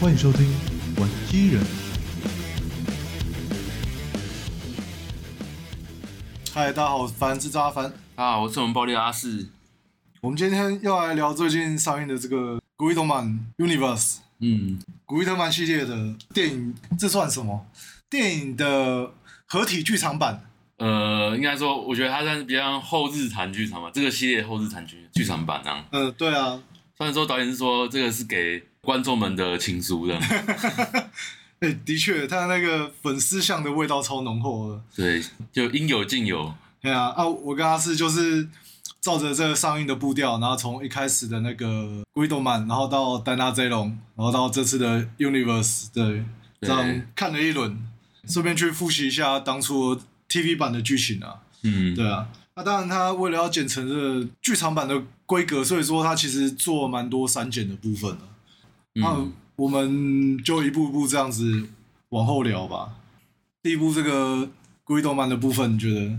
欢迎收听《玩机人》。嗨，大家好，我是凡是阿凡。啊，我是我们暴力的阿四，我们今天要来聊最近上映的这个《古伊德曼 Universe》嗯，古伊德曼系列的电影，这算什么？电影的合体剧场版。呃，应该说，我觉得它算是比较像后日谈剧场吧，这个系列后日谈剧剧场版啊。嗯、对啊，虽然说导演是说这个是给观众们的情书的， 哎、的确，它那个粉丝向的味道超浓厚的。对，就应有尽有，对啊，啊，我跟阿四就是照着这个上映的步调，然后从一开始的那个《古伊德曼》，然后到《丹娜 Z 龙》，然后到这次的《Universe》，对，这样看了一轮，顺便去复习一下当初 TV 版的剧情啊。嗯，对啊，那当然，它为了要剪成这剧场版的规格，所以说它其实做蛮多删减的部分的、那、嗯，我们就一步一步这样子往后聊吧。第一步，这个古伊动漫的部分，你觉得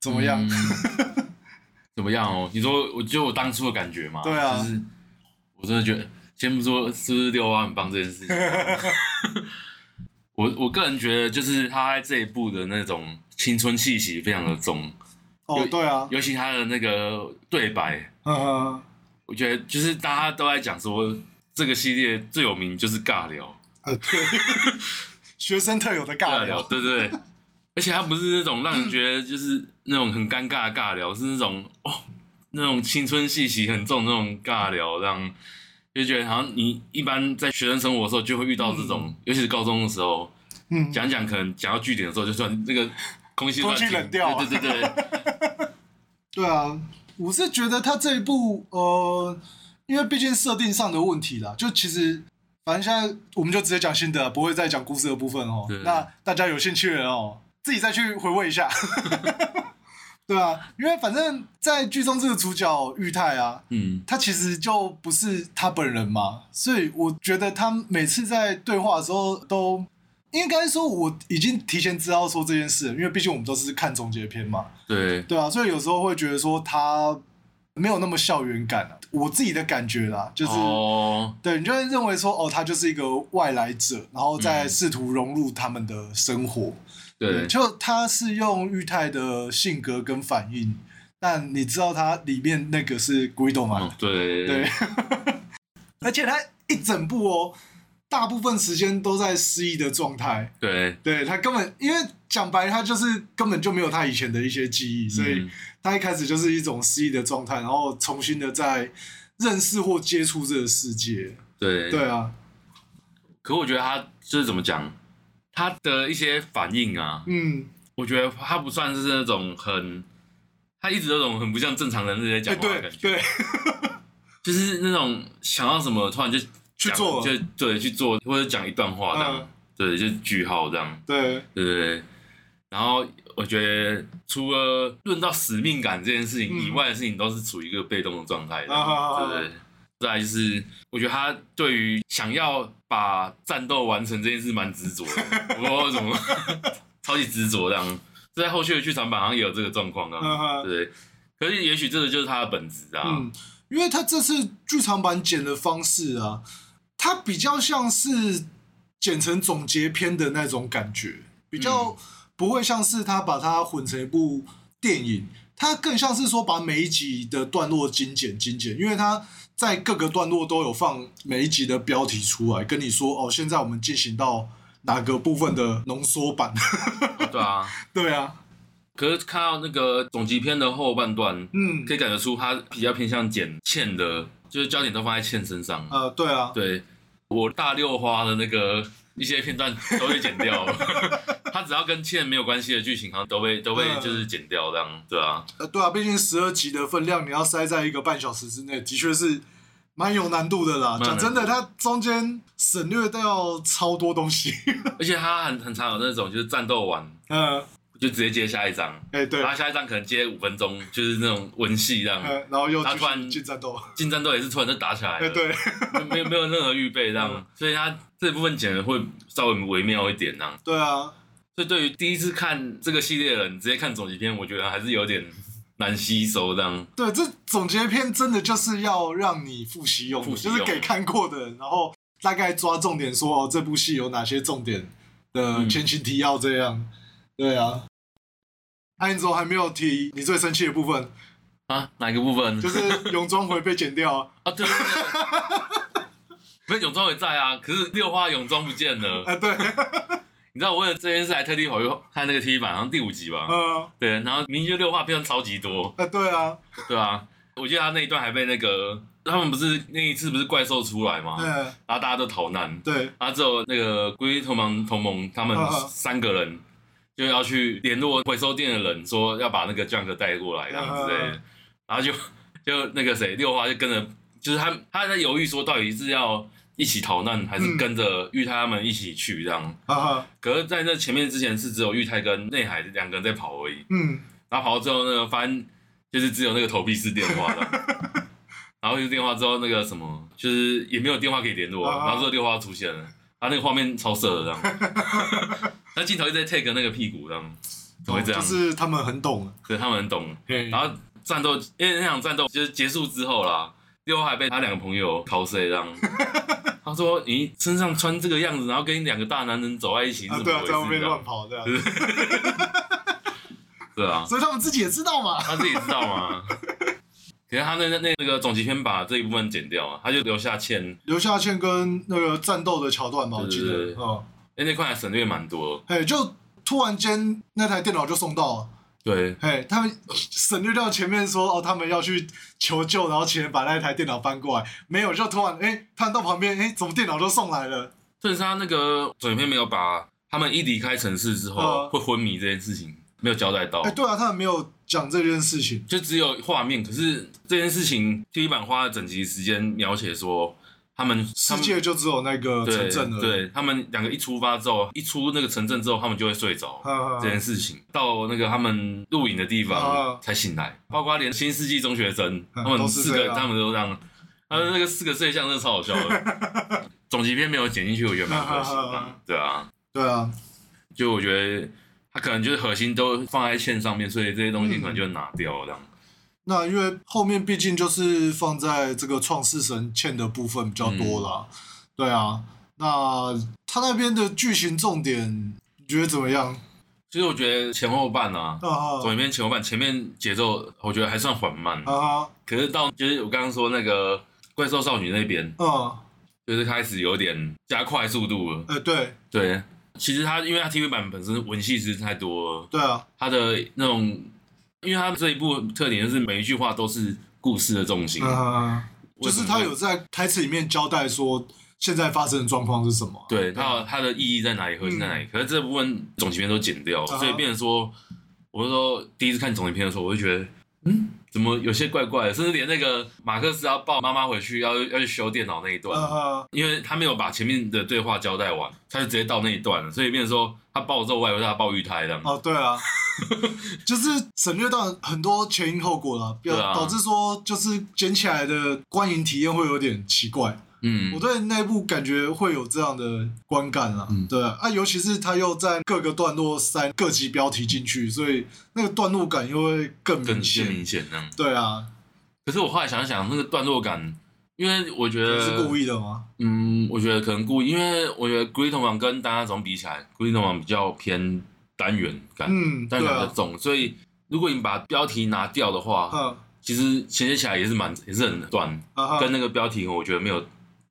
怎么样？嗯怎么样哦？你说，我就我当初的感觉嘛，对啊就是我真的觉得，先不说是不是六啊娃很棒这件 事情，我我个人觉得，就是他在这一部的那种青春气息非常的重，哦，对啊，尤其他的那个对白，呵嗯呵，我觉得就是大家都在讲说这个系列最有名就是尬聊，呃， 对，学生特有的尬聊，嗯对啊对对，而且他不是那种让人觉得就是那种很尴尬的尬聊，是那种哦那种青春气息很重的那种尬聊，让就觉得好像你一般在学生生活的时候就会遇到这种，尤其是高中的时候，嗯，讲一讲可能讲到据点的时候，就算那个空气空气乱停冷掉啊对对 对对，对啊，我是觉得他这一部，呃，因为毕竟设定上的问题啦，就其实反正现在我们就直接讲心得啊，不会再讲故事的部分哦对。那大家有兴趣的哦，自己再去回味一下。 对啊，因为反正在剧中这个主角裕泰啊，嗯他其实就不是他本人嘛，所以我觉得他每次在对话的时候都。应该说，我已经提前知道说这件事了，因为毕竟我们都是看总结篇嘛。对，对啊，所以有时候会觉得说他没有那么校园感啊，我自己的感觉啦，就是、哦对，你就会认为说哦，他就是一个外来者，然后再试图融入他们的生活。对，嗯就他是用裕泰的性格跟反应，但你知道他里面那个是 Guido 吗？哦对对， 而且他一整部哦，大部分时间都在失忆的状态。对，对他根本，因为讲白，他就是根本就没有他以前的一些记忆，所以嗯他一开始就是一种失忆的状态，然后重新的在认识或接触这个世界。对对啊，可我觉得他就是怎么讲，他的一些反应啊，嗯，我觉得他不算是那种很，他一直有种很不像正常人类在哎、讲话对的感觉，对，就是那种想到什么突然就去做就对去做，或者讲一段话这样，嗯对，就句号这样，对，对对对。然后我觉得除了论到使命感这件事情以外的事情，都是处于一个被动的状态的，嗯啊啊啊啊对对对。再来就是，我觉得他对于想要把战斗完成这件事蛮执着的，我不知道为什么， 超级执着这样。这在后续的剧场版好像也有这个状况嗯啊，哼对。可是也许这个就是他的本质啊，嗯，因为他这次剧场版剪的方式啊，它比较像是剪成总结篇的那种感觉，比较不会像是他把它混成一部电影，它更像是说把每一集的段落精简精简，因为它在各个段落都有放每一集的标题出来，跟你说哦，现在我们进行到哪个部分的浓缩版， 对啊。对啊，可是看到那个总集篇的后半段，嗯可，以感觉出他比较偏向捡倩的，就是焦点都放在倩身上。呃，对啊，对我大六花的那个一些片段都被剪掉 了，他只要跟倩没有关系的剧情，好像都被都被嗯就是剪掉这样，对啊，呃，对啊，毕竟十二集的分量，你要塞在一个半小时之内，的确是蛮有难度的啦。蛮有讲难真的，度它中间省略掉超多东西。 而且他很很常有那种就是战斗完嗯，就直接接下一章，哎、对，嗯、然后下一章可能接五分钟，就是那种文戏这样，然后又他继突然呃续进战斗。 进战斗也是突然就打起来嗯哎、了，对，嗯没没有没有任何预备这样，所以他这部分剪的会稍微微妙一点这样。对啊，所以对于第一次看这个系列的人，直接看总集篇，我觉得还是有点难吸收这样。对，这总结篇真的就是要让你复习用的，复习就是用给看过的人，然后大概抓重点说，哦，这部戏有哪些重点嗯的前情提要这样。对啊，按总还没有提你最生气的部分，啊，哪一个部分？就是 泳装回被剪掉啊。啊，对对对， 没有泳装也在啊，可是六花泳装不见了。 啊， 对，你知道我为了这件事还特地跑去看那个 T 版，好像第五集吧。呃，对，然后明星六话变成超级多，啊，对啊，对啊，我记得他那一段还被那个他们不是那一次不是怪兽出来吗？然嗯，后大家都逃难，对，然后啊只有那个龟同盟同盟他们嗯嗯三个人就要去联络回收店的人，说要把那个 Junk 带过来，这样之类嗯嗯的。然后就 就那个谁六花就跟着，就是他他在犹豫说到底是要一起逃难，还是嗯跟着玉泰他们一起去这样。哈哈，可是，在那前面之前是只有玉泰跟内海两个人在跑而已。嗯，然后跑到之后，那个发现就是只有那个投币式电话了。 然后就电话之后，那个什么，就是也没有电话可以联络，啊然后这个电话出现了，他那个画面超色的这样， 那镜头一直在 take 那个屁股这样，怎么会这样？哦就是他们很懂啊了，对，他们很懂。嘿然后战斗，因为那场战斗就是结束之后啦，六号还被他两个朋友考谁 这样。他说：“你身上穿这个样子，然后跟你两个大男人走在一起，是啊，怎对么啊，回在外事？”面这乱样跑，对啊，对啊，所以他们自己也知道嘛，他自己知道吗？ 可是他那那那那个总集篇把这一部分剪掉啊，他就留下欠，刘孝倩跟那个战斗的桥段嘛，我记对对得，对哦，哎、那块还省略蛮多。嘿，就突然间那台电脑就送到了，对，嘿，他们省略掉前面说哦，他们要去求救，然后请人把那台电脑搬过来，没有，就突然哎，突然到旁边，哎，怎么电脑都送来了？甚至他那个总集篇没有把他们一离开城市之后嗯会昏迷这件事情没有交代到哎，，对啊，他们没有讲这件事情，就只有画面。可是这件事情第一版花了整集时间描写说他们世界就只有那个他们城镇了，对，对他们两个一出发之后，一出那个城镇之后，他们就会睡着。啊，这件事情，到那个他们露营的地啊方才醒来，包括连新世纪中学生，嗯他们都是四这个，样嗯他们都这样，他们那个四个睡相真的超好笑的。总集篇没有剪进去，我觉得蛮可惜啊啊的啊。对啊，对啊，就我觉得他可能就是核心都放在线上面，所以这些东西可能就拿掉这样。那因为后面毕竟就是放在这个创世神欠的部分比较多啦，嗯对啊，那他那边的剧情重点你觉得怎么样？其实我觉得前后半啊，啊总集篇前后半前面节奏我觉得还算缓慢，啊哈可是到就是我刚刚说那个怪兽少女那边，啊，就是开始有点加快速度了。嗯，哎，对对，其实它因为它 TV 版本身文戏实在太多了，对啊，它的那种，因为它这一部特点就是每一句话都是故事的重心，嗯嗯嗯，为就是什么他会有在台词里面交代说现在发生的状况是什么，对它有它的意义在哪里，核心在哪里。可是这部分总集篇都剪掉，嗯啊哈所以变成说，我就说第一次看总集篇的时候，我就觉得，嗯，怎么有些怪怪的，甚至连那个马克思要抱妈妈回去要要去修电脑那一段，嗯哼，因为他没有把前面的对话交代完，他就直接到那一段了，所以变成说他抱我之后，我以为他抱玉胎这样。哦，对 啊。就是省略到很多前因后果了，对啊导致说就是捡起来的观影体验会有点奇怪。嗯我，对那一部感觉会有这样的观感啦，嗯对啊，啊尤其是他又在各个段落塞各级标题进去，所以那个段落感又会更更明更显。明显这样。对啊，可是我后来想想，那个段落感，因为我觉你得是故意的吗？嗯，我觉得可能故意，因为我觉得 Green 同网跟大家总比起来，Green 同网比较偏单元感，嗯，单对元感比啊较，重，所以如果你把标题拿掉的话，嗯其实衔接起来也是蛮也是很短，啊哈跟那个标题我觉得没有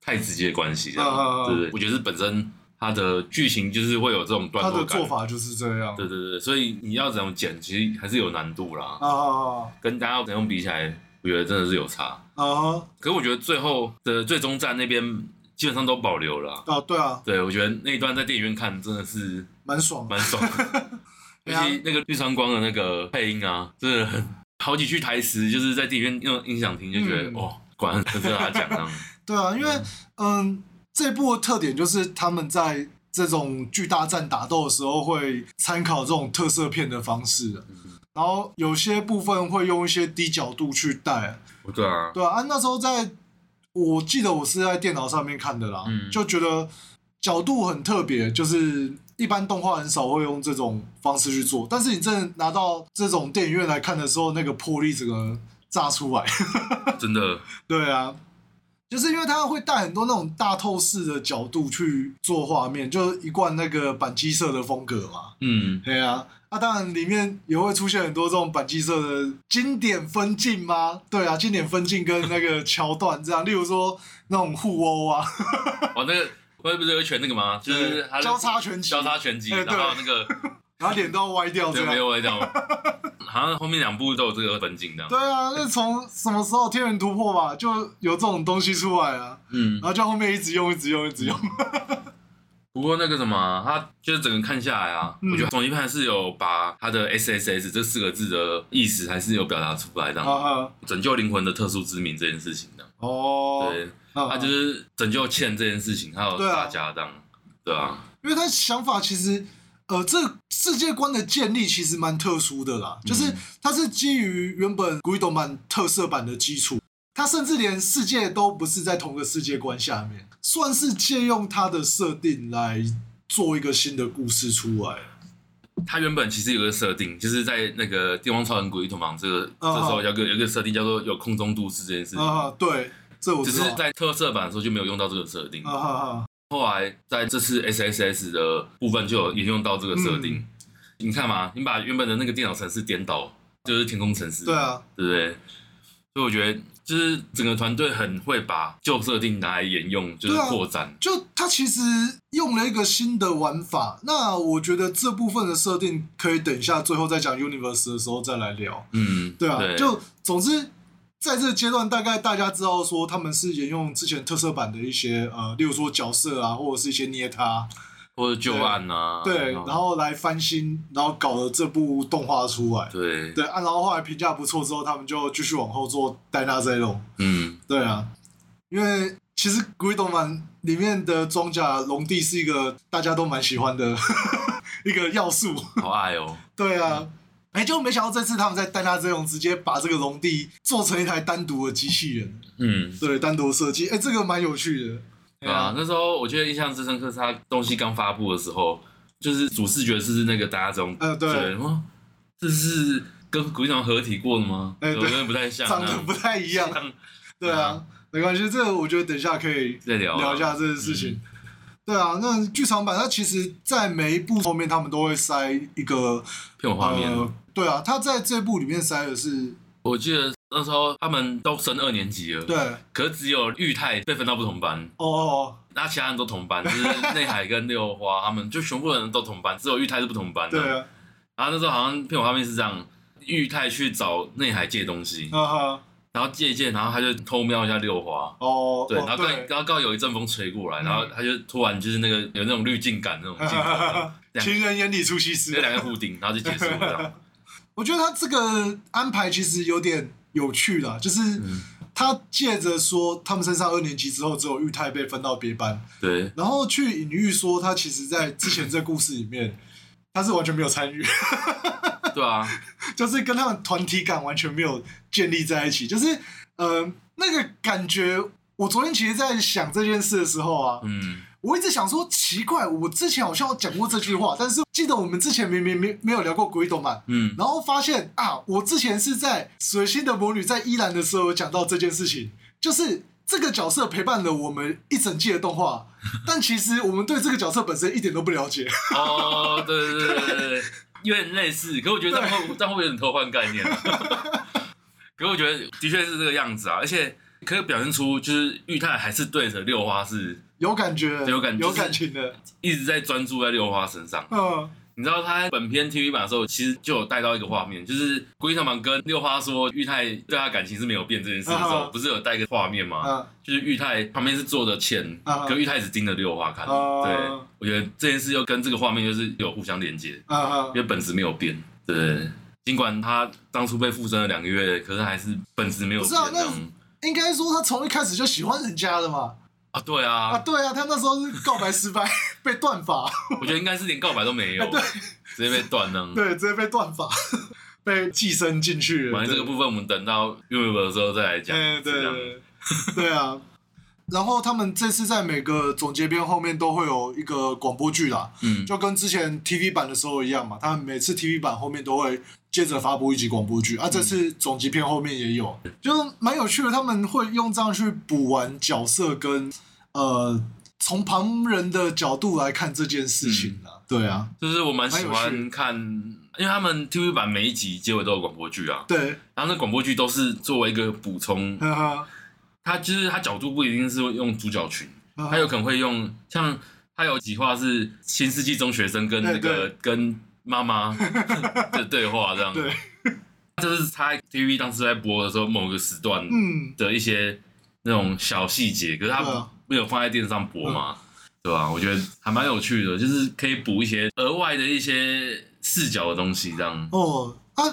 太直接的关系，这啊啊啊样，对对，我觉得是本身它的剧情就是会有这种段他落的感做，法就是这样。对对对，所以你要怎么剪，其实还是有难度啦，啊啊跟大家怎样比起来，我觉得真的是有差。啊哈可是我觉得最后的最终站那边基本上都保留了啊、啊！对啊，对，我觉得那一段在电影院看真的是蛮爽的。蛮爽的， 尤对啊其那个绿川光的那个配音啊，真的很好几句台词，就是在电影院用音响听就觉得、嗯哦，果然很知道他 讲这样。对啊，因为嗯，这部的特点就是他们在这种巨大战打斗的时候会参考这种特色片的方式啊，然后有些部分会用一些低角度去带。对啊，对啊，啊那时候在我记得我是在电脑上面看的啦，嗯就觉得角度很特别，就是一般动画很少会用这种方式去做，但是你真的拿到这种电影院来看的时候，那个魄力整个炸出来。真的，对啊，就是因为他会带很多那种大透视的角度去做画面，就是一贯那个板机社的风格嘛。嗯，对啊，那、当然里面也会出现很多这种板机社的经典分镜吗？对啊，经典分镜跟那个桥段这样，例如说那种互殴啊， 我哦那个我不是有一拳那个吗？就是对他的交叉拳击交叉拳击，哎然对后那 个然后脸都要歪掉这对没样。有味道，好像后面两部都有这个分镜这样对。啊，那从什么时候天元突破吧，就有这种东西出来啊，嗯然，后就后面一直用，一直用，一直用。不过那个什么，啊他就是整个看下来啊，嗯我觉得总一派是有把他的 S S S 这四个字的意思还是有表达出来的， 啊啊，拯救灵魂的特殊之名这件事情的。哦，对，啊，他就是拯救欠这件事情，还有对啊大家这样，对啊，因为他想法其实，呃，这世界观的建立其实蛮特殊的啦，嗯就是它是基于原本古伊斗曼特色版的基础，它甚至连世界都不是在同个世界观下面，算是借用它的设定来做一个新的故事出来。他原本其实有个设定，就是在那个《帝王超人古一统房》这个这啊时候有个有一个设定叫做有空中都市这件事情，啊，对，这我只知道是。在特色版的时候就没有用到这个设定，啊哈哈，后来在这次 SSS 的部分就有沿用到这个设嗯定。你看嘛，你把原本的那个电脑城市颠倒，就是天空城市，对啊，对不对？所以我觉得就是整个团队很会把旧设定拿来沿用，就是对啊扩展。就它其实用了一个新的玩法，那我觉得这部分的设定可以等一下最后再讲 Universe 的时候再来聊。嗯，对啊，就总之在这个阶段，大概大家知道说他们是沿用之前特色版的一些呃，例如说角色啊，或者是一些捏他，或者旧案啊，对，然后来翻新，然后搞了这部动画出来。对，对啊，然后后来评价不错之后，他们就继续往后做《戴娜 Z 龙》。嗯，对啊，因为其实《鬼斗满》里面的装甲龙帝是一个大家都蛮喜欢的 一个要素。好爱 哦，对啊，哎、就没想到这次他们在丹大这种直接把这个龙帝做成一台单独的机器人，嗯，对，单独设计，哎、这个蛮有趣的。哎对啊，，那时候我记得印象最深刻是他东西刚发布的时候，就是主视觉是那个大家这种，呃对哇，这是跟古一堂合体过的吗？哎我对觉得不太像长啊，得不太一 样，像对嗯啊，没关系，这个我觉得等一下可以再聊啊聊一下这件事情。嗯对啊，那剧场版它其实，在每一部后面他们都会塞一个片尾画面。呃，对啊，它在这部里面塞的是我记得那时候他们都升二年级了，对，哦可是只有裕泰被分到不同班，哦，那其他人都同班，就是内海跟六花他们就全部人都同班，只有裕泰是不同班的。对啊，然后那时候好像片尾画面是这样，裕泰去找内海借东西，啊哈，然后借一借，然后他就偷瞄一下六花，哦，对，哦嗯然后刚然后刚好有一阵风吹过来，然后他就突然就是那个有那种滤镜感那种 镜头，对，情人眼里出西施这，两个互顶，然后就结束了这样。我觉得他这个安排其实有点有趣啦，就是他借着说他们升上二年级之后，只有裕泰被分到别班，对，然后去隐喻说他其实在之前这故事里面。他是完全没有参与， 对啊，就是跟他们团体感完全没有建立在一起，就是呃那个感觉。我昨天其实，在想这件事的时候啊，嗯，我一直想说奇怪，我之前好像有讲过这句话，但是记得我们之前明明没没有聊过鬼斗漫，嗯，然后发现啊，我之前是在《水星的魔女》在伊兰的时候有讲到这件事情，就是这个角色陪伴了我们一整季的动画， 但其实我们对这个角色本身一点都不了解。哦，对对对对对，有点类似，可我觉得这样会这样会不会有点偷换概念。啊 可我觉得的确是这个样子啊，而且可以表现出就是裕泰还是对着六花是有感觉，有感有就是感情的，一直在专注在六花身上。嗯，你知道他在本片 TV 版的时候，其实就有带到一个画面，就是龟上满跟六花说裕泰对他感情是没有变这件事的时啊候哈，不是有带一个画面吗？啊就是裕泰旁边是坐着倩啊哈，可裕泰只盯着六花看。啊对，我觉得这件事又跟这个画面就是有互相连接，啊啊因为本质没有变。对，尽管他当初被附身了两个月，可是还是本质没有不变是啊这样。应该说他从一开始就喜欢人家的嘛。啊，对啊，啊，对啊，他那时候是告白失败， 被断发， 我觉得应该是连告白都没有，直接被断了。哎对，直接被断发， 被寄生进去了。反正这个对部分我们等到 YouTube 的时候再来讲哎，。是这样对对对啊。 然后他们这次在每个总结篇后面都会有一个广播剧啦，嗯，就跟之前 TV 版的时候一样嘛，他们每次 TV 版后面都会接着发布一集广播剧啊，嗯这次总集篇后面也有，就是蛮有趣的。他们会用这样去补完角色跟呃，从旁人的角度来看这件事情嗯啊，对啊，就是我蛮蛮喜有欢看，因为他们 TV 版每一集结尾都有广播剧啊，对，然后那广播剧都是作为一个补充，呵呵，它就是它角度不一定是用主角群，呵呵它有可能会用像它有几话是新世纪中学生跟那对个跟 妈妈的对话这样，对，就是它 TV 当时在播的时候某个时段嗯，的一些那种小细节，可是对它啊没有放在电视上播嘛，对吧、我觉得还蛮有趣的，就是可以补一些额外的一些视角的东西这样。哦啊，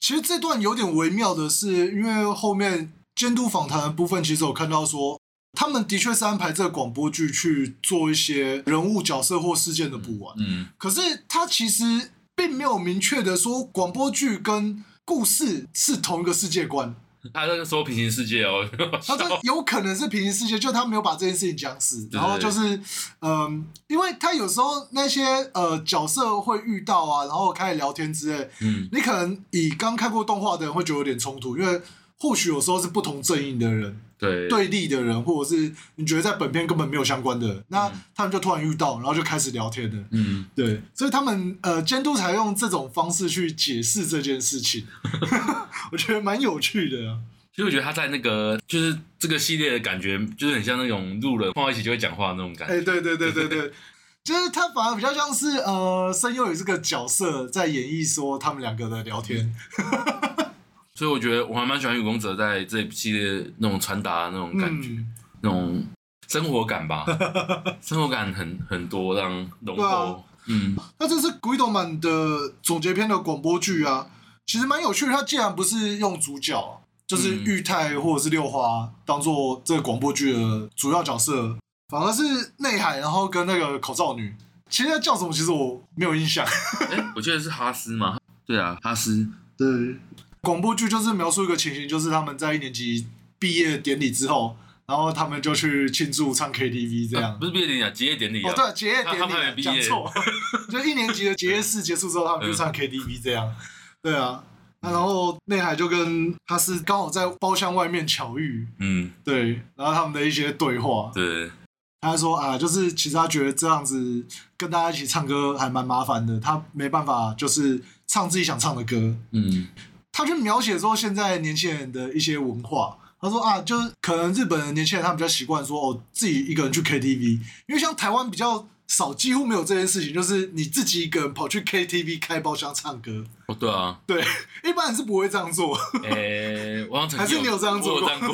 其实这段有点微妙的是，因为后面监督访谈的部分，其实我看到说，他们的确是安排这个广播剧去做一些人物角色或事件的补完，嗯，可是他其实并没有明确的说广播剧跟故事是同一个世界观，他在说平行世界哦，他说有可能是平行世界，就他没有把这件事情讲死，对然后就是，嗯、因为他有时候那些呃角色会遇到啊，然后开始聊天之类， 嗯，你可能以刚看过动画的人会觉得有点冲突，因为或许有时候是不同阵营的人、对对立的人，或者是你觉得在本片根本没有相关的人，那嗯他们就突然遇到，然后就开始聊天了。嗯，对，所以他们呃监督才用这种方式去解释这件事 情，我觉得蛮有趣的啊、其实我觉得他在那个就是这个系列的感觉，就是很像那种路人放在一起就会讲话的那种感哎、觉。对对对对对， 就是他反而比较像是呃，声优有这个角色在演绎说他们两个的聊天，所以我觉得我还蛮喜欢《雨宫者》在这一系列那种传达的那种感觉，嗯，那种生活感 吧，生活感很很多，让对浓厚。啊嗯，那这是 Guido 版的总结篇的广播剧啊，其实蛮有趣的。它既然不是用主角啊，就是嗯玉泰或者是六花当做这个广播剧的主要角色，反而是内海，然后跟那个口罩女，其实它叫什么，其实我没有印象。哎、我记得是哈斯嘛？对啊，哈斯。对，广播剧就是描述一个情形，就是他们在一年级毕业典礼之后，然后他们就去庆祝唱 KTV 这啊样。不是毕业典礼啊，结业典礼啊。哦，对，结业他他们还典没礼毕讲业错， 就一年级的结业式结束之后，他们就唱 KTV 这样。对啊，那然后内海就跟他是刚好在包厢外面巧遇，嗯，对，然后他们的一些对话，对，他说啊，就是其实他觉得这样子跟大家一起唱歌还蛮麻烦的，他没办法就是唱自己想唱的歌，嗯，他去描写说现在年轻人的一些文化。他说啊，就是可能日本的年轻人他比较习惯说哦，自己一个人去 KTV，因为像台湾比较少，几乎没有这件事情，就是你自己一个人跑去 KTV 开包厢唱歌，哦，对 啊，对，一般人是不会这样做。哎、我好像曾经还是你有这样做过嗯我有这样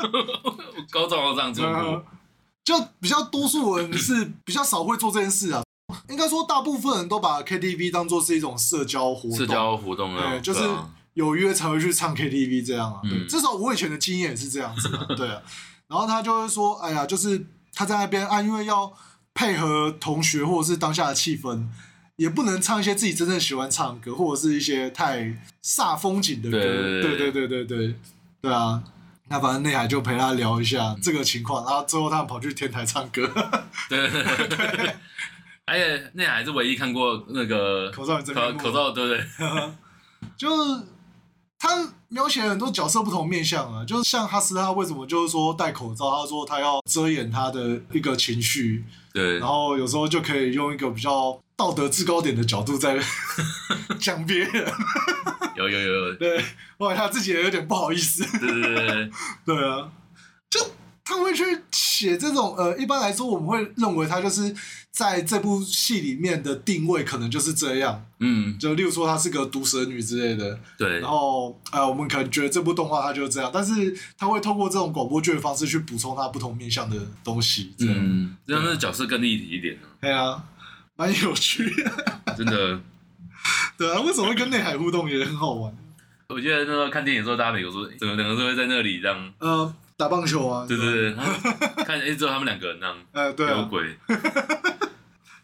过，我高中有这样做过。 就比较多数人是比较少会做这件事啊，应该说大部分人都把 KTV 当做是一种社交活动，社交活动啊，哦对，就是对啊有约才会去唱 KTV 这样啊。对，嗯至少我以前的经验也是这样子啊、对啊。然后他就会说：“哎呀，就是他在那边啊，因为要配合同学或者是当下的气氛，也不能唱一些自己真正喜欢唱的歌，或者是一些太煞风景的歌。对对对对对对对对，对啊。那反正内海就陪他聊一下这个情况，然后最后他们跑去天台唱歌。对对对对对。 而且那还是唯一看过那个口罩人真面目口口罩，对不对？就是他描写了很多角色不同面相啊，就是像哈斯他为什么就是说戴口罩，他说他要遮掩他的一个情绪，对然，后有时候就可以用一个比较道德制高点的角度在 讲别人，有有有有，对对，后来他自己也有点不好意思， 对对对，对啊，就他会去写这种呃，一般来说我们会认为他就是在这部戏里面的定位可能就是这样，嗯，就例如说她是个毒蛇女之类的，对然，后呃，我们可能觉得这部动画它就是这样，但是它会透过这种广播剧的方式去补充它不同面向的东西。这样，嗯，让那个角色更立体一点啊对啊，蛮有趣的。真的。 对啊，为什么会跟内海互动也很好玩？我记得那时候看电影的时候，大家有时候整个两个都会在那里这样，呃，打棒球啊，对对对，然后看哎、只有他们两个人那样，呃，对有啊，鬼，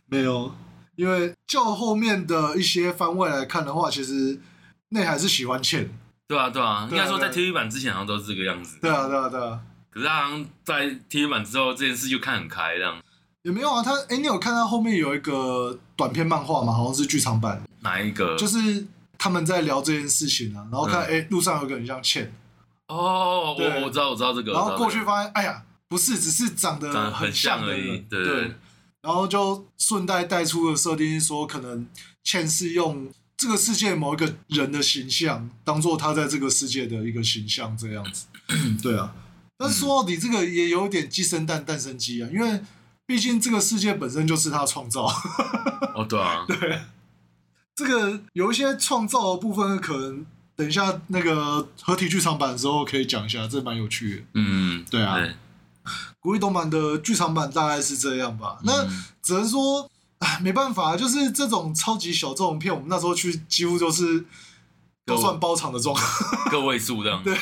没有，因为就后面的一些番位来看的话，其实内海是喜欢倩，对啊对啊，应对啊该说在对 TV 版之前好像都是这个样子，对啊，对啊，对啊，可是他好像在 TV 版之后，这件事就看很开这样。也没有啊。他哎、你有看到后面有一个短篇漫画吗？好像是剧场版，哪一个？就是他们在聊这件事情啊，然后看哎、嗯诶路上有个人像欠，哦，对我我知道我知道这个，然我后知道过这去个发现哎呀不是，只是长得长得很像像的而已人，对对。然后就顺带带出了设定是说，可能欠是用这个世界某一个人的形象当做他在这个世界的一个形象这样 子。对啊，但是说到底，这个也有点鸡生蛋，蛋生鸡啊，因为毕竟这个世界本身就是他创造。 哦对啊，这个有一些创造的部分，可能等一下那个合体剧场版的时候可以讲一下，这蛮有趣的。嗯，对啊对，古力动漫的剧场版大概是这样吧。那嗯只能说，哎，没办法，就是这种超级小众片，我们那时候去几乎就是都算包场的状 况。个位 数这样，对，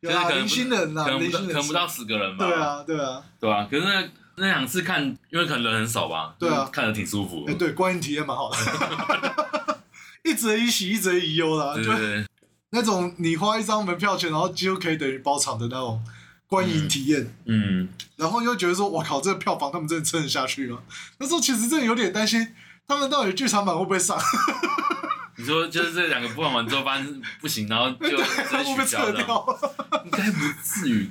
有啦，可能零不星人啦，可能零不到星人可能不到十个人吧，对，啊，对啊，对啊。可是那那两次看，因为可能人很少吧，对啊就是看着挺舒服哎、的，对，观影体验蛮好的， 一则一喜，一则一忧啦，对啊就对对，那种你花一张门票钱，然后几乎可以等于包场的那种观影体验。嗯，然后又觉得说，我靠，这个票房他们真的撑得下去吗？那时候其实真的有点担心，他们到底剧场版会不会上，你说就是这两个播放完之后发现不行，然后 就会直不会接取撤消的，掉？应该不至于。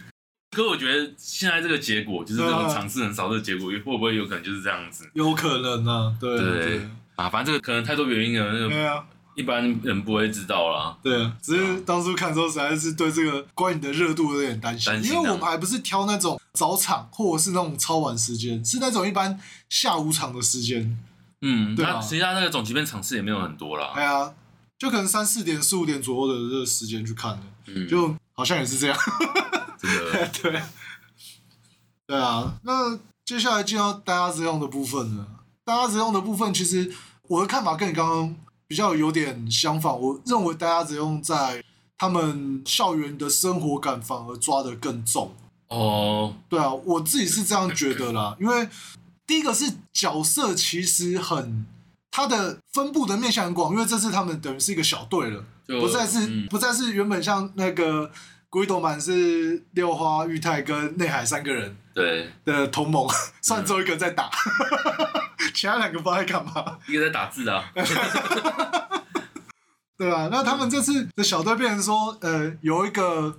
可我觉得现在这个结果，就是这种嗯尝试很少这个结果，会不会有可能就是这样子 有可能啊，对对啊？反正这个可能太多原因了，那个对啊，一般人不会知道啦。对啊，只是当初看的时候实在是对这个观影的热度有点担心，担心啊因为我们还不是挑那种早场或者是那种超晚时间，是那种一般下午场的时间，嗯，对啊那实际上那个总集片场次也没有很多啦哎。呀，就可能三四点、四五点左右的这个时间去看的，嗯，就好像也是这样。真 的，对，对啊。那接下来进到大家使用的部分了。大家使用的部分，其实我的看法跟你刚刚比较有点相反。我认为大家使用在他们校园的生活感反而抓得更重。哦，对啊，我自己是这样觉得啦。因为第一个是角色其实很。它的分布的面向很广，因为这次他们等于是一个小队了，就不再是、嗯不再是原本像那个鬼斗满是六花、玉泰跟内海三个人对，的同盟， 算只有一个在打， 其他两个不知道在干嘛，一个在打字 的啊，对吧、那他们这次的小队变成说，呃，有一个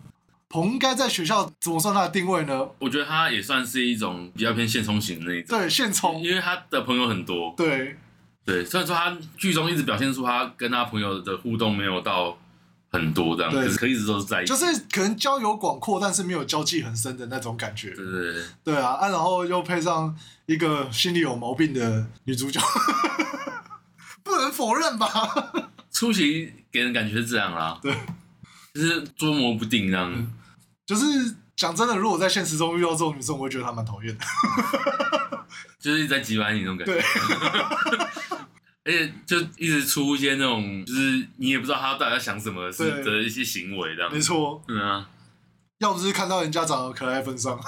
彭该在学校怎么算他的定位呢？我觉得他也算是一种比较偏现充型的那一种，对，现充，因为他的朋友很多，对对，虽然说他剧中一直表现出他跟他朋友的互动没有到很多这样，对可是可一直都是在一起，就是可能交友广阔，但是没有交际很深的那种感觉，对对对，对啊，啊，然后又配上一个心里有毛病的女主角， 不能否认吧？初期给人感觉是这样啦，对，嗯就是捉摸不定这样，就是讲真的，如果在现实中遇到这种女生，我会觉得她蛮讨厌的。 就是一直在挤歪你那种感觉，对 而且就一直出一些那种，就是你也不知道他到底在想什么的事对的一些行为这样，没错，嗯啊，要不是看到人家长得可爱份上，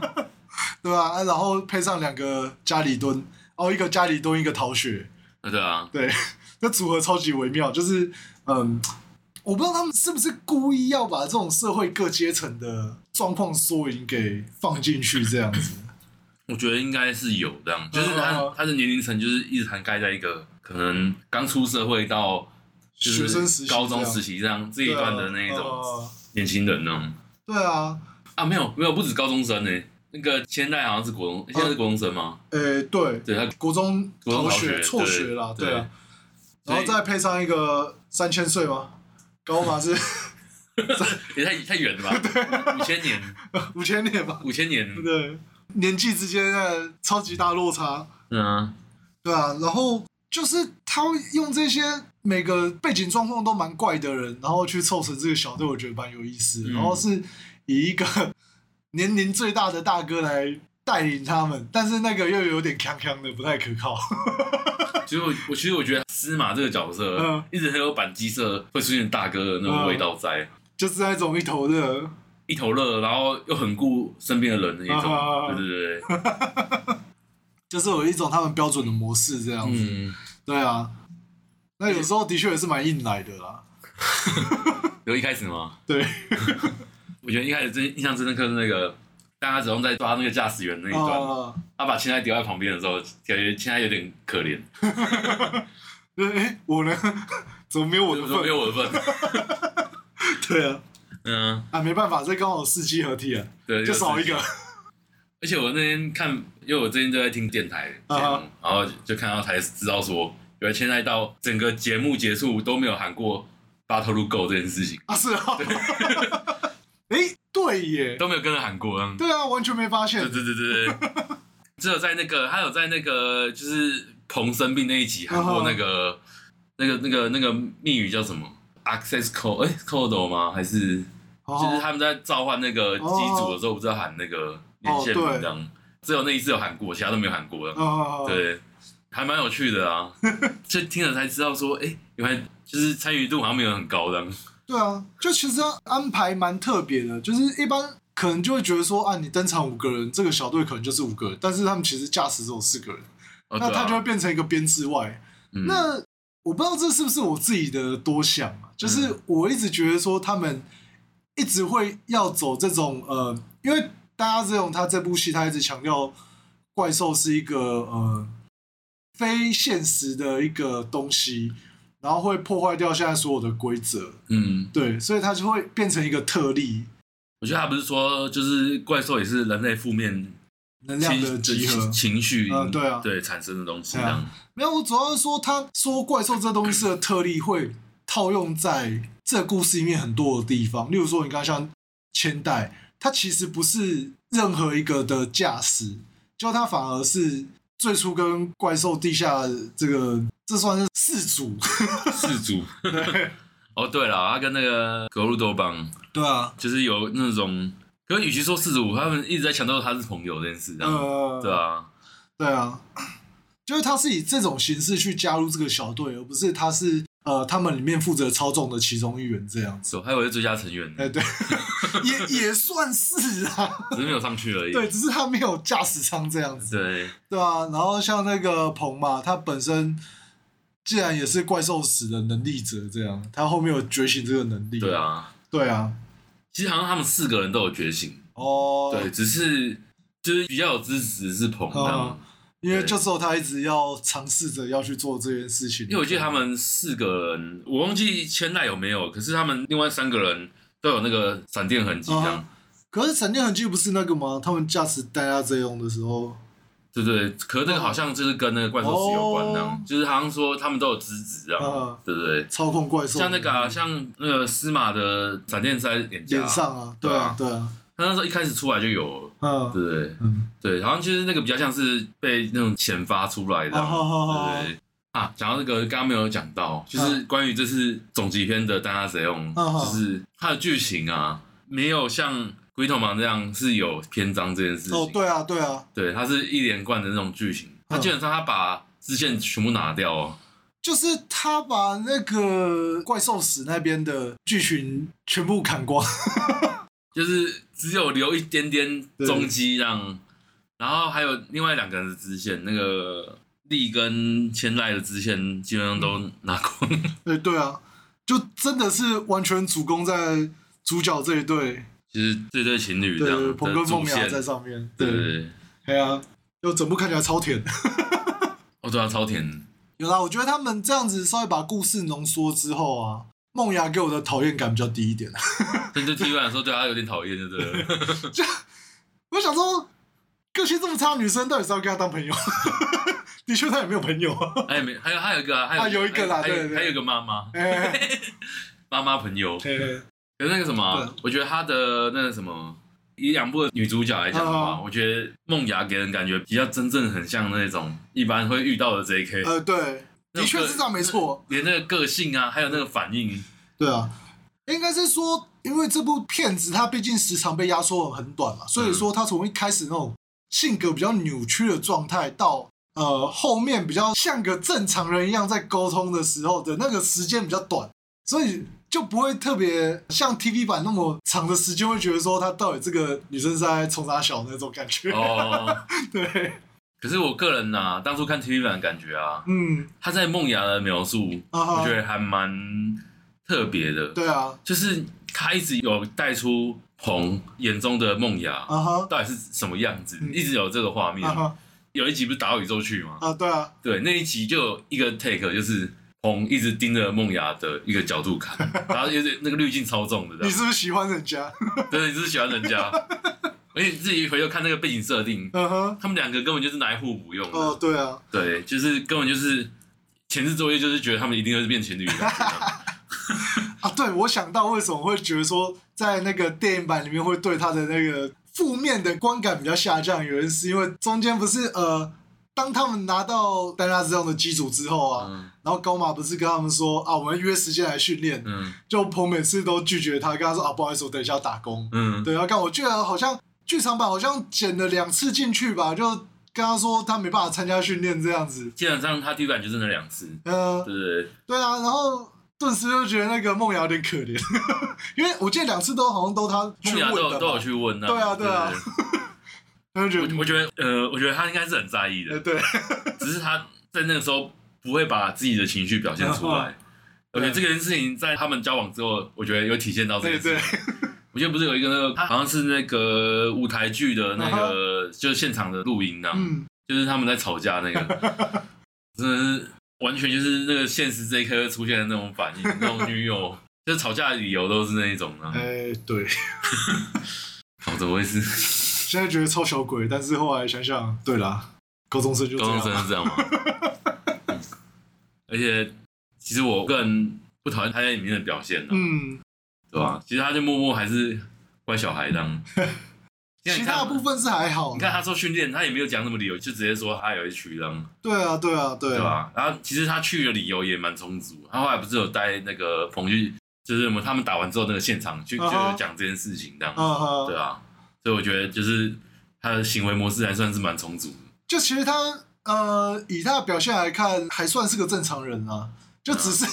对吧、啊？然后配上两个家里蹲，哦，一个家里蹲，一个逃学，啊对啊，对， 这组合超级微妙，就是嗯。我不知道他们是不是故意要把这种社会各阶层的状况缩影给放进去，这样子。我觉得应该是有这样，就是嗯嗯他嗯他的年龄层就是一直涵盖在一个可能刚出社会到就是学生时期这样高中时期这样这一段的那一对种啊年轻人呢。呃对啊，啊，没有没有，不止高中生呢、那个千代好像是国啊中，现在是国中生吗？呃，对，对，他国中国中逃逃学学辍学啦，对对啊，所然以后再配上一个三千岁吗？高马是 也太太远了吧？五千年，五千年吧？五千年，对，年纪之间的超级大落差，嗯啊，对啊，然后就是他会用这些每个背景状况都蛮怪的人，然后去凑成这个小队，我觉得蛮有意思的。嗯然后是以一个年龄最大的大哥来带领他们，但是那个又有点康康的，不太可靠。 其实我我其实我觉得司马这个角色嗯一直很有板机社会出现大哥的那种味道在，就是那种一头热，一头热，然后又很顾身边的人的那啊种，对对对，就是有一种他们标准的模式这样子。嗯。对啊，那有时候的确也是蛮硬来的啦。 啊有一开始吗？对，我觉得一开始真印象最深刻是那个大家只用在抓那个驾驶 员那一段，啊，他把青菜丢在旁边的时候，感觉青菜有点可怜，哎、我呢？ 怎么没有我我的就说份？没有我的份。对啊，嗯，啊，没办法，这刚好四机合体啊，对，就少一个。而且我那天看，因为我最近都在听电台节目啊然后就看到才知道说，原来现在到整个节目结束都没有喊过 “battle to go” 这件事情，啊，是啊。 哎、对耶，都没有跟着喊过。嗯，对啊，完全没发现对对对对对， 只有在那个，还有在那个就是彭生病那一集喊啊过那个、那个那个那个密语叫什么？Access code 哎、code 吗？还是就是哦。他们在召唤那个机组的时候，不是要喊那个连线哦文章？只有那一次有喊过，其他都没有喊过。啊，对，还蛮有趣 的啊，就听了才知道说，哎、原来就是参与度好像没有很高的。对啊，就其实安排蛮特别的，就是一般可能就会觉得说，啊，你登场五个人，这个小队可能就是五个人，但是他们其实驾驶只有四个人，哦那对啊他就会变成一个编制外。嗯那我不知道这是不是我自己的多想啊，就是我一直觉得说他们一直会要走这种呃，因为大家这种他这部戏他一直强调怪兽是一个呃非现实的一个东西，然后会破坏掉现在所有的规则，嗯，对，所以它就会变成一个特例，我觉得他不是说就是怪兽也是人类负面能量的情集合情。情绪、嗯对啊对产生的东西这对啊样。没有，我主要是说，他说怪兽这东西的特例会套用在这故事里面很多的地方，例如说，你刚刚像千代，它其实不是任何一个的驾驶，就它反而是最初跟怪兽地下这个，这算是四组，氏 族。哦，对了，他跟那个格鲁多邦对啊，就是有那种，可是与其说氏族，他们一直在强调他是朋友这件事，这 样、呃，对啊，对啊，就是他是以这种形式去加入这个小队，而不是他是呃他们里面负责操纵的其中一员这样子。哦走，还有一个最佳成员，哎、对， 也也算是啊，只是没有上去而已。对，只是他没有驾驶舱这样子，对，对啊。然后像那个鹏嘛，他本身既然也是怪兽史的能力者，这样他后面有觉醒这个能力，对，啊，对啊，其实好像他们四个人都有觉醒，哦，对，，只是就是比较有支持是捧他们嗯，因为对就只有他一直要尝试着要去做这件事情，因为我记得他们四个人，我忘记千代有没有，可是他们另外三个人都有那个闪电痕迹，这样啊，可是闪电痕迹不是那个吗？他们驾驶大家在用的时候，对对，可是那个好像就是跟那个怪兽石有关，这样哦，就是好像说他们都有资质，这嗯样，对不对？操控怪兽，像那个啊像那个司马的闪电在脸颊脸，上啊，对对啊啊，对啊，他那时候一开始出来就有了，嗯对不对？嗯，对，好像就是那个比较像是被那种遣发出来的，啊好好好对对对啊，讲到这个，刚刚没有讲到，就是关于这次总集篇的《大家谁用》，啊好就是它的剧情啊，没有像《鬼头芒》这样是有篇章这件事情。哦，对啊，对啊，对，它是一连贯的那种剧情，它嗯基本上它把支线全部拿掉哦。就是他把那个怪兽史那边的剧情全部砍光，就是只有留一点点踪迹让，然后还有另外两个人的支线，那个力跟千濑的支线基本上都嗯拿光。对对啊，就真的是完全主攻在主角这一队，就是这对情侣这样对，的鹏跟主梦线雅，在上面，对对对，对，对啊，就整部看起来超甜。哦对啊，超甜。有啦，我觉得他们这样子稍微把故事浓缩之后啊，梦雅给我的讨厌感比较低一点。啊但对 T 版来说，对他有点讨厌，对不对？我想说，个性这么差的女生，到底是要跟她当朋友？ 的确，她也没有朋友啊。 还有没？还有还有一个啊，还啊有一个啦还有对对对还有一个妈妈，哎、 妈妈朋友。嘿嘿可是那个什么啊对，我觉得她的那个什么，以两部的女主角来讲的嗯话，嗯我觉得梦雅给人感觉比较真正很像那种一般会遇到的 J.K。呃，对，那种的确是这样，没错。连那个个性啊，还有那个反应，对啊，应该是说，因为这部片子它毕竟时长被压缩得很短嘛，所以说它从一开始那种性格比较扭曲的状态到。呃，后面比较像个正常人一样在沟通的时候的那个时间比较短，所以就不会特别像 TV 版那么长的时间，会觉得说她到底这个女生是在冲啥小那种感觉。哦， 对，可是我个人呐、当初看 TV 版的感觉啊，嗯，他在梦雅的描述，啊哈我觉得还蛮特别的，对啊，就是他一直有带出红眼中的梦雅啊哈到底是什么样子，嗯一直有这个画面啊。哈有一集不是打到宇宙去吗？啊，对啊，对，那一集就有一个 take 就是。红一直盯着梦雅的一个角度看，然后就是那个滤镜超重的，这样。你是不是喜欢人家？ 对，你就是喜欢人家，而且自己回头看那个背景设定，嗯哼，他们两个根本就是拿来互补用的。哦，对啊，对，就是根本就是前置作业，就是觉得他们一定会变情侣的感 觉。啊，对，我想到为什么会觉得说，在那个电影版里面会对他的那个负面的观感比较下降，原因是因为中间不是呃，当他们拿到丹拉之用的机组之后啊，嗯然后高马不是跟他们说啊，我们约时间来训练，嗯就鹏每次都拒绝他，跟他说啊，不好意思，我等一下要打工。嗯，对啊，但我记得好像剧场版好像剪了两次进去吧，就跟他说他没办法参加训练这样子。基本上他第一版就是那两次，嗯、对不对？对啊，然后顿时就觉得那个梦瑶有点可怜， 因为我记得两次都好像都他去梦雅都问有的都有嘛，去问啊。对啊对啊他就觉对得我我觉得呃，我觉得他应该是很在意呃的，对，只是他在那个时候不会把自己的情绪表现出 来。而且这件事情在他们交往之后，我觉得有体现到这件对事对情。我记得不是有一个那个，他好像是那个舞台剧的那个，就是现场的录音啊，啊嗯，就是他们在吵架 那个，真的是完全就是那个现实这一刻出现的那种反应，那种女友就是吵架的理由都是那一种啊，哎对，好怎么回事？现在觉得超小鬼，但是后来想想，对啦，高中生就这高中生样，是这 样吗？嗯而且其实我个人不讨厌他在里面的表现的、啊嗯，对吧？其实他就默默还是乖小孩当。 现在其你看他的部分是还好你，看他说训练，他也没有讲什么理由，就直接说他有一区让，对啊对啊对对啊，吧、然后其实他去的理由也蛮充足，他后来不是有带那个彭去，就是我们他们打完之后那个现场就就啊哈有讲这件事情这样，嗯哼对啊，所以我觉得就是他的行为模式还算是蛮充足的，就其实他呃，以他的表现来看，还算是个正常人啊。就只 是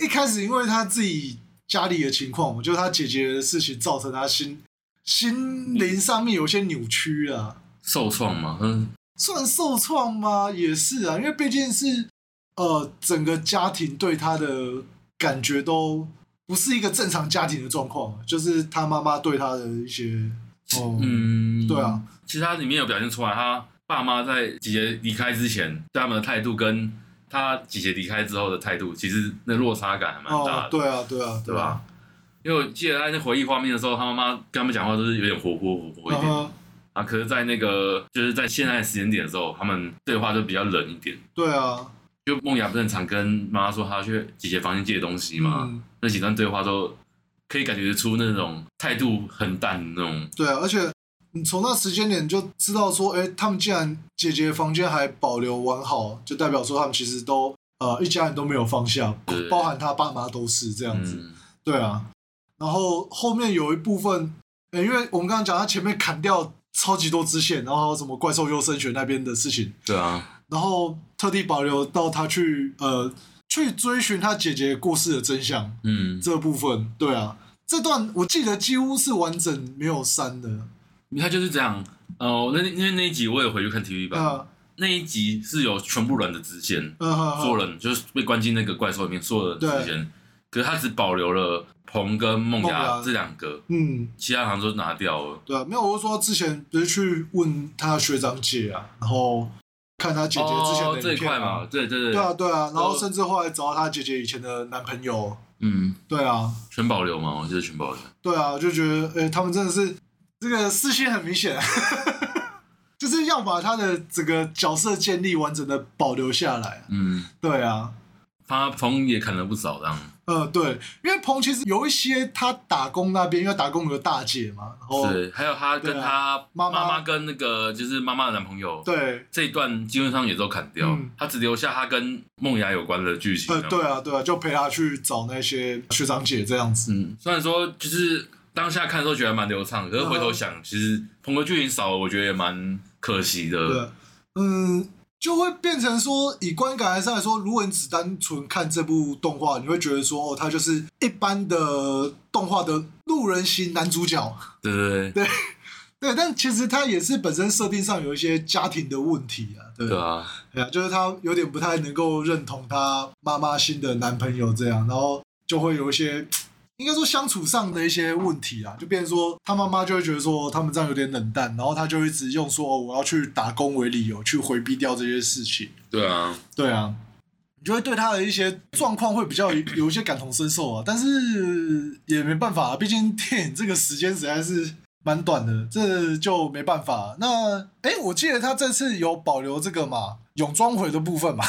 一开始因为他自己家里的情况，就是他姐姐的事情，造成他心心灵上面有些扭曲啊，受创嘛，嗯，算受创吗？也是啊，因为毕竟是呃，整个家庭对他的感觉都不是一个正常家庭的状况，就是他妈妈对他的一些哦，嗯，对啊，其实他里面有表现出来，他爸妈在姐姐离开之前对他们的态度，跟他姐姐离开之后的态度，其实那落差感还蛮大的。哦，对啊，对啊，对吧？？因为我记得他在回忆画面的时候，他妈妈跟他们讲话都是有点活泼活泼一然点后啊。可是，在那个就是在现在的时间点的时候，他们对话就比较冷一点。对啊，就梦雅不是很常跟妈妈说她去姐姐房间借东西嘛，嗯那几段对话都可以感觉出那种态度很淡的那种。对啊，而且你从那时间点就知道说，哎、他们既然姐姐房间还保留完好，就代表说他们其实都呃一家人都没有放下对，包含他爸妈都是这样子。嗯，对啊，然后后面有一部分，呃因为我们刚刚讲他前面砍掉超级多支线，然后还有什么怪兽优生学那边的事情，对啊，然后特地保留到他去呃去追寻他姐姐过世的真相嗯，这部分。对啊，这段我记得几乎是完整没有删的。他就是这样。哦，那因为那一集我也回去看 TV 版，啊那一集是有全部人的支线，嗯哼哼所有人就是被关进那个怪兽里面，所有人对之间，可是他只保留了鹏跟梦梦雅雅这两个，嗯，其他好像都拿掉了。对啊，没有，我是说之前不是去问他学长姐啊，然后看他姐姐之前哦，的这一影片、块嘛，，对对对，对啊，对啊，然后甚至后来找到他姐姐以前的男朋友，嗯，对啊，全保留嘛，我记得全保留。对啊，我就觉得，呃、他们真的是这个私心很明显，啊 就是要把他的整个角色建立完整的保留下来，嗯，对啊。他鹏也砍了不少，这样呃，对，因为鹏其实有一些他打工那边，因为打工有个大姐嘛，然后是，还有他跟对啊他妈妈妈跟那个就是妈妈的男朋友。对，这一段基本上也都砍掉嗯，他只留下他跟梦雅有关的剧情呃，。这样对啊，对啊，就陪他去找那些学长姐这样子。嗯，虽然说就是当下看的时候觉得蛮流畅，可是回头想，其实捧个剧情少了，我觉得也蛮可惜的。对，嗯，就会变成说，以观感上来说，如果你只单纯看这部动画，你会觉得说，哦，它就是一般的动画的路人型男主角。对对对，对，但其实他也是本身设定上有一些家庭的问题啊，对，对啊，对啊，就是他有点不太能够认同他妈妈新的男朋友这样，然后就会有一些应该说相处上的一些问题啊，就变成说他妈妈就会觉得说他们这样有点冷淡，然后他就一直用说、哦、我要去打工为理由去回避掉这些事情。对啊，对啊，你就会对他的一些状况会比较有有一些感同身受啊，但是也没办法、啊，毕竟电影这个时间实在是蛮短的，这就没办法、那哎、诶我记得他这次有保留这个嘛泳装回的部分嘛，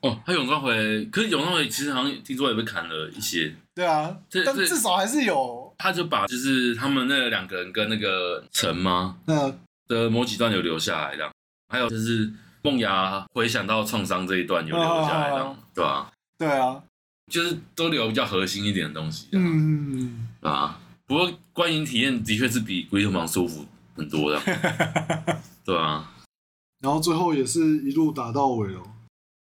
哦，他泳装回，可是泳装回其实好像听说也被砍了一些，对啊，这但这至少还是有他就把就是他们那两个人跟那个陈吗那的某几段有留下来的，还有就是梦芽回想到创伤这一段有留下来的哦，对啊，对啊，就是都留比较核心一点的东西啊，嗯，对啊。不过观影体验的确是比《鬼头芒》舒服很多的，对啊，然后最后也是一路打到尾了。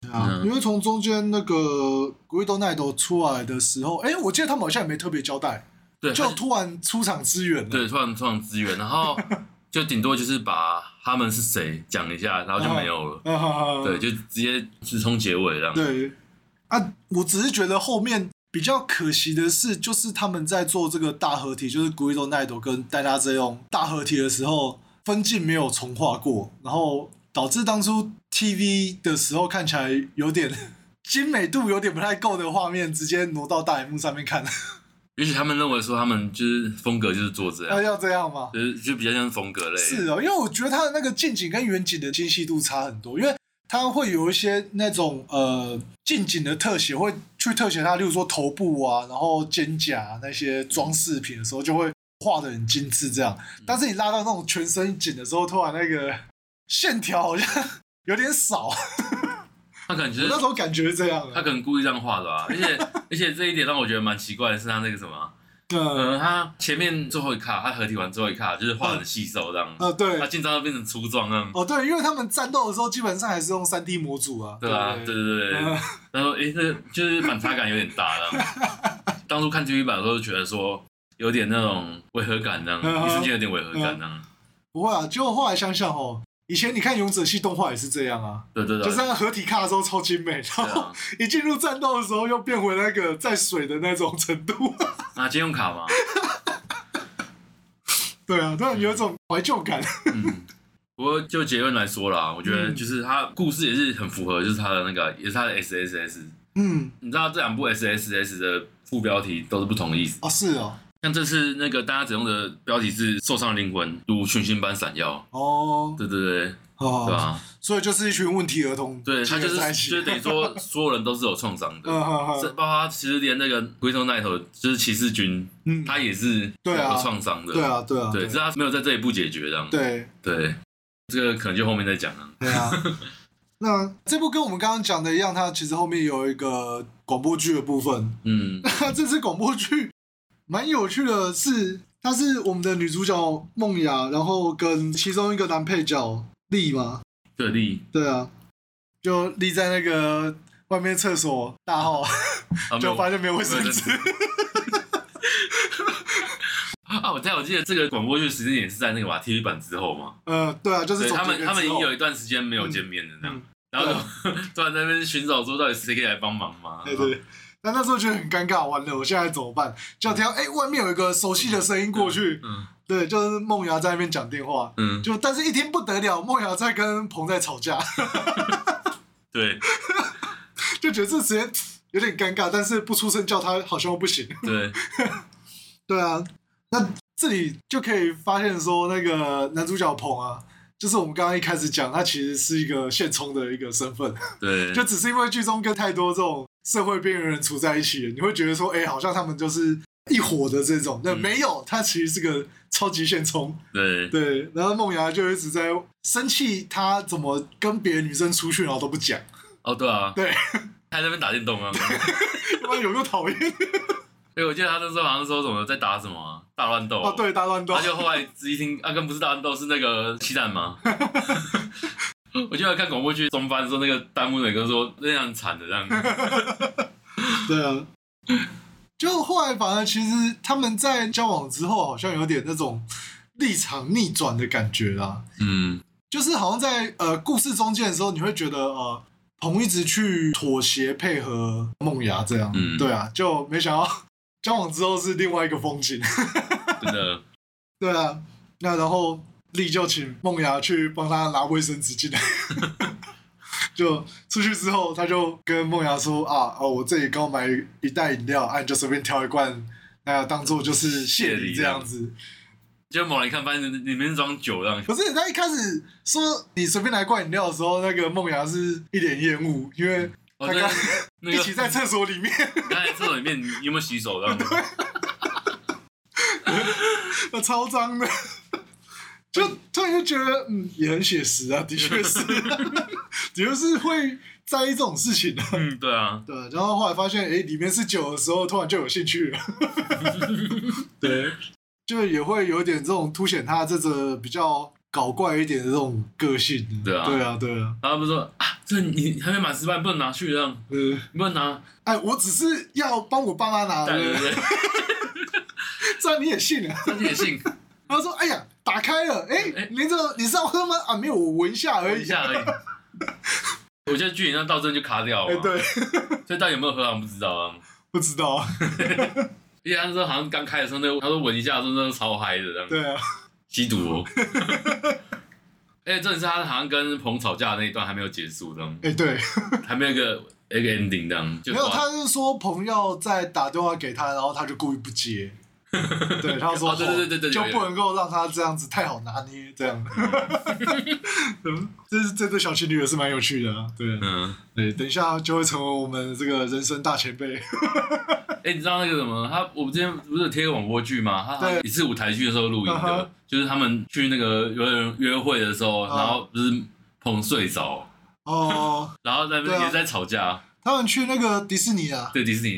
对啊，嗯因为从中间那个古力多奈斗出来的时候，哎、我记得他们好像也没特别交代，对，就他突然出场支援了。对，突然创资源，然后就顶多就是把他们是谁讲一下，然后就没有了。啊哈哈，对，就直接直冲结尾这样。对啊，我只是觉得后面比较可惜的是，就是他们在做这个大合体，就是 Guido n i d o 跟戴拉这用大合体的时候，分镜没有重画过，然后导致当初 TV 的时候看起来有点 精美度有点不太够的画面，直接挪到大荧幕上面看，也许他们认为说他们就是风格就是做这要样， 要这样吗？就是就比较像风格类。哎是哦，因为我觉得它的那个近景跟远景的精细度差很多，因为它会有一些那种呃近景的特写，会去特写它，例如说头部啊，然后肩胛啊那些嗯装饰品的时候，就会画的很精致这样。但是你拉到那种全身景的时候，突然那个线条好像 有点少， 他感觉那时候感觉是这样他的。可能故意这样画的啊吧。而且 而且这一点让我觉得蛮奇怪的是他那个什么，啊呃呃，他前面最后一卡，他合体完最后一卡就是画得很细瘦这样，呃，对他，进章要变成粗壮这样。哦对，因为他们战斗的时候基本上还是用三 D 模组啊。对啊，对对对对对嗯。 然后诶，这个就是反差感有点大这样。当初看 TV 版的时候，觉得说有点那种违和感这样，嗯一瞬间有点违和感这样。不会啊，结果后来想想哦，以前你看勇者系动画也是这样啊。对对对，就是他合体卡的时候超精美，对然后啊。一进入战斗的时候又变回那个 在水的那种程度。 拿借用卡嘛，对啊，突然有一种怀旧感。嗯。不过就结论来说啦，我觉嗯得就是他故事也是很符合，就是他的那个也是他的 S S S。嗯，你知道这两部 S S S 的副标题都是不同的意思，哦是哦，像这次那个大家使用的标题是“受伤的灵魂如群星般闪耀哦”，，对对对，对哦，吧？所以就是一群问题儿童对集他就合在一是起，就是等于说所有人都是有创伤的， 嗯哼这哼包括他其实连那个龟头奈头就是骑士军，嗯，他也是有对啊创伤的，对啊，对啊，对，只是他没有在这一步解决这样，对对，这个可能就后面再讲了，对 啊。那这部跟我们刚刚讲的一样，它其实后面有一个广播剧的部分。嗯， 那这次广播剧蛮有趣的是，它是我们的女主角梦雅，然后跟其中一个男配角丽嘛，对力对啊，就立在那个外面厕所大号，啊，没就有发现没有卫没有生认纸识。啊，我在我记得这个广播剧时间也是在那个嘛 TV 版之后嘛，呃，对啊，就是对从他们这个他们已之经后有一段时间没有见面了这样嗯，然后就 突然在那边寻找说到底谁可以来帮忙嘛，对 对。对那那时候觉得很尴尬，完了，我现在怎么办？就听到哎、外面有一个熟悉的声音过去，嗯对，就是梦瑶在那边讲电话，嗯，就但是一听不得了，梦瑶在跟彭在吵架，对就觉得这时间有点尴尬，但是不出声叫他好像又不行。 对，对啊，那这里就可以发现说，那个男主角彭啊，就是我们刚刚一开始讲，他其实是一个现充的一个身份，对，就只是因为剧中跟太多这种社会边缘人处在一起，你会觉得说，哎、好像他们就是一伙的这种，那嗯没有，他其实是个超级现充。对对，然后梦瑶就一直在生气，他怎么跟别的女生出去，然后都不讲， 哦对啊，对，还在那边打电 动啊。他妈有个讨厌哎、我记得他那时候好像说什么在打什么啊、大乱斗哦， 对，大乱斗他，就后来仔细听，啊，跟不是大乱斗是那个鸡蛋吗？ 我记得看广播剧中班的时候，那个弹幕的哥说那样惨的这样， 对啊，就后来反而其实他们在交往之后，好像有点那种立场逆转的感觉啦。嗯，就是好像在呃故事中间的时候，你会觉得呃彭一直去妥协配合梦雅这样，嗯对啊，就没想到 交往之后是另外一个风景。真的，对啊，那然后丽就请梦雅去帮她拿卫生纸进来。 就出去之后，他就跟梦雅说啊，哦，我这里刚买一袋饮料，啊，你就随便挑一罐，那当做就是谢礼这样子。就猛然一看，发现里面是装酒这样。可是他一开始说你随便来一罐饮料的时候，那个梦雅是一脸厌恶，因为哦，他对刚，那一个起在厕所里面，你刚才厕所里面你有没有洗手这样子？超脏的。就突然就觉得，嗯，也很写实啊，的确是，的确是会在意这种事情的、啊。嗯，对啊，对，然后后来发现，哎，里面是酒的时候，突然就有兴趣了， 对，就也会有点这种凸显他这个比较搞怪一点的这种个性。对啊对啊，对啊，然后他们说啊，这你还没满十万，不能拿去这样，呃，你不能拿，哎，我只是要帮我爸妈拿对对的，对，这样你也信啊？这你也信， 他说，哎呀，打开了，哎哎，你这你是要喝吗？啊，没有，我闻一下而闻一已。下而已。我觉得距离那到这就卡掉哎，了嘛，对， 所以到底有没有喝，我们不知道啊。不知道，而且他说好像刚开的时候，那个他说闻一下，说那个超嗨的这样，对啊，吸 毒、哦。而且这是他好像跟彭吵架的那一段还没有结束，这样哎，对，还没有一个一个 ending 这样，就没有，他是说朋友在打电话给他，然后他就故意不 接。对，他说哦对对对对对就有有不能够让他这样子太好拿捏，这 样。嗯这是这对小情侣也是蛮有趣的啊。对，嗯，对，等一下就会成为我们这个人生大前辈。 哎、你知道那个什么？他我们之前不是有贴个广播剧吗？他好像对也是舞台剧的时候录影啊哈的，就是他们去那个有人约会的时候，啊然后不是捧睡着，哦，然后在那边对啊也在吵架，他们去那个迪士尼啊，对迪士尼，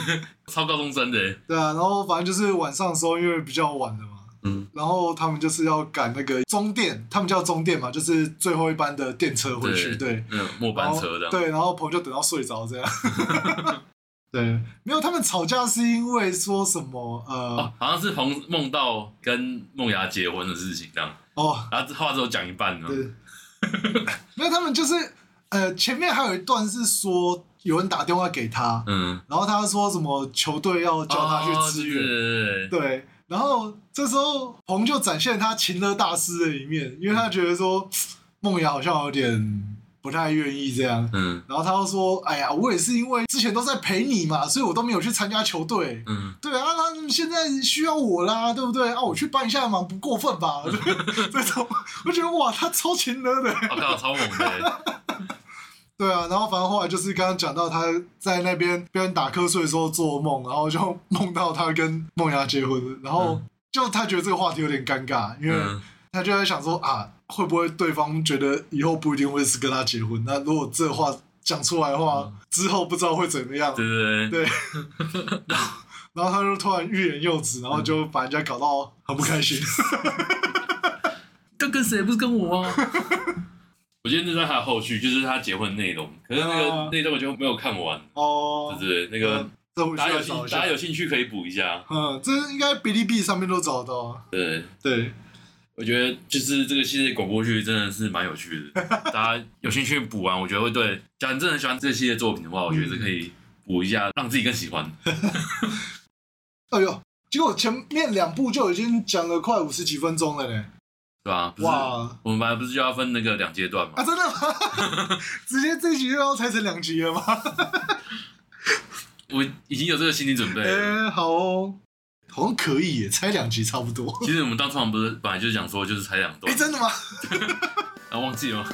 超高中生的欸，对啊，然后反正就是晚上的时候，因为比较晚了嘛，嗯，然后他们就是要赶那个终电，他们叫终电嘛，就是最后一班的电车回去。对，嗯，末然班后车这样，对，然后朋友就等到睡着这样。 对，没有，他们吵架是因为说什么？呃哦，，好像是彭梦到跟梦雅结婚的事情这样，哦，然后话只有讲一半呢，对， 没有，他们就是呃，前面还有一段是说有人打电话给他，嗯，哦然后他说什么球队要叫他去支援，援，对对对对。然后这时候鹏就展现他情勒大师的一面，因为他觉得说梦瑶好像有点不太愿意这样，嗯然后他又说：“哎呀，我也是因为之前都在陪你嘛，所以我都没有去参加球队。嗯，对啊，他们现在需要我啦，对不对？啊，我去帮一下忙，不过分吧？ 对这种，我觉得哇，他超勤的的。我靠，哦超猛的 欸，对啊，然后反正后来就是刚刚讲到他在那边别人打瞌睡的时候做梦，然后就梦到他跟梦雅结婚了，然后就他觉得这个话题有点尴尬，因为嗯，他就在想说啊，会不会对方觉得以后不一定会是跟他结婚？那如果这话讲出来的话，之后不知道会怎么样。嗯对对对，对，然后他就突然欲言又止，然后就把人家搞嗯到很不 开心。跟跟谁不是跟我啊？ 我觉得那段还有后续，就是他结婚内容，可是那个、啊那段我就没有看完，哦，对不对？那个嗯这回去大家有要兴找一大下家。有兴趣可以补一下。嗯，这应该哔哩哔哩上面都找得到啊。对，对，我觉得就是这个系列广播剧真的是蛮有趣的， 大家有兴趣补完，我觉得会对。假如你真的很喜欢这系列作品的话，我觉得可嗯以补一下，让自己更喜欢。哎呦，结果前面两部就已经讲了快五十几分钟了呢。对吧？不是哇我们本来不是就要分那个两阶段嘛啊，？真的 吗？直接这一集又要拆成两集了吗？我已经有这个心理准备 哎、了。好哦，好像可以耶，拆两集差不多。其实我们当初好像不是本来就讲说就是拆两哎、段，真的吗？啊忘记了吗？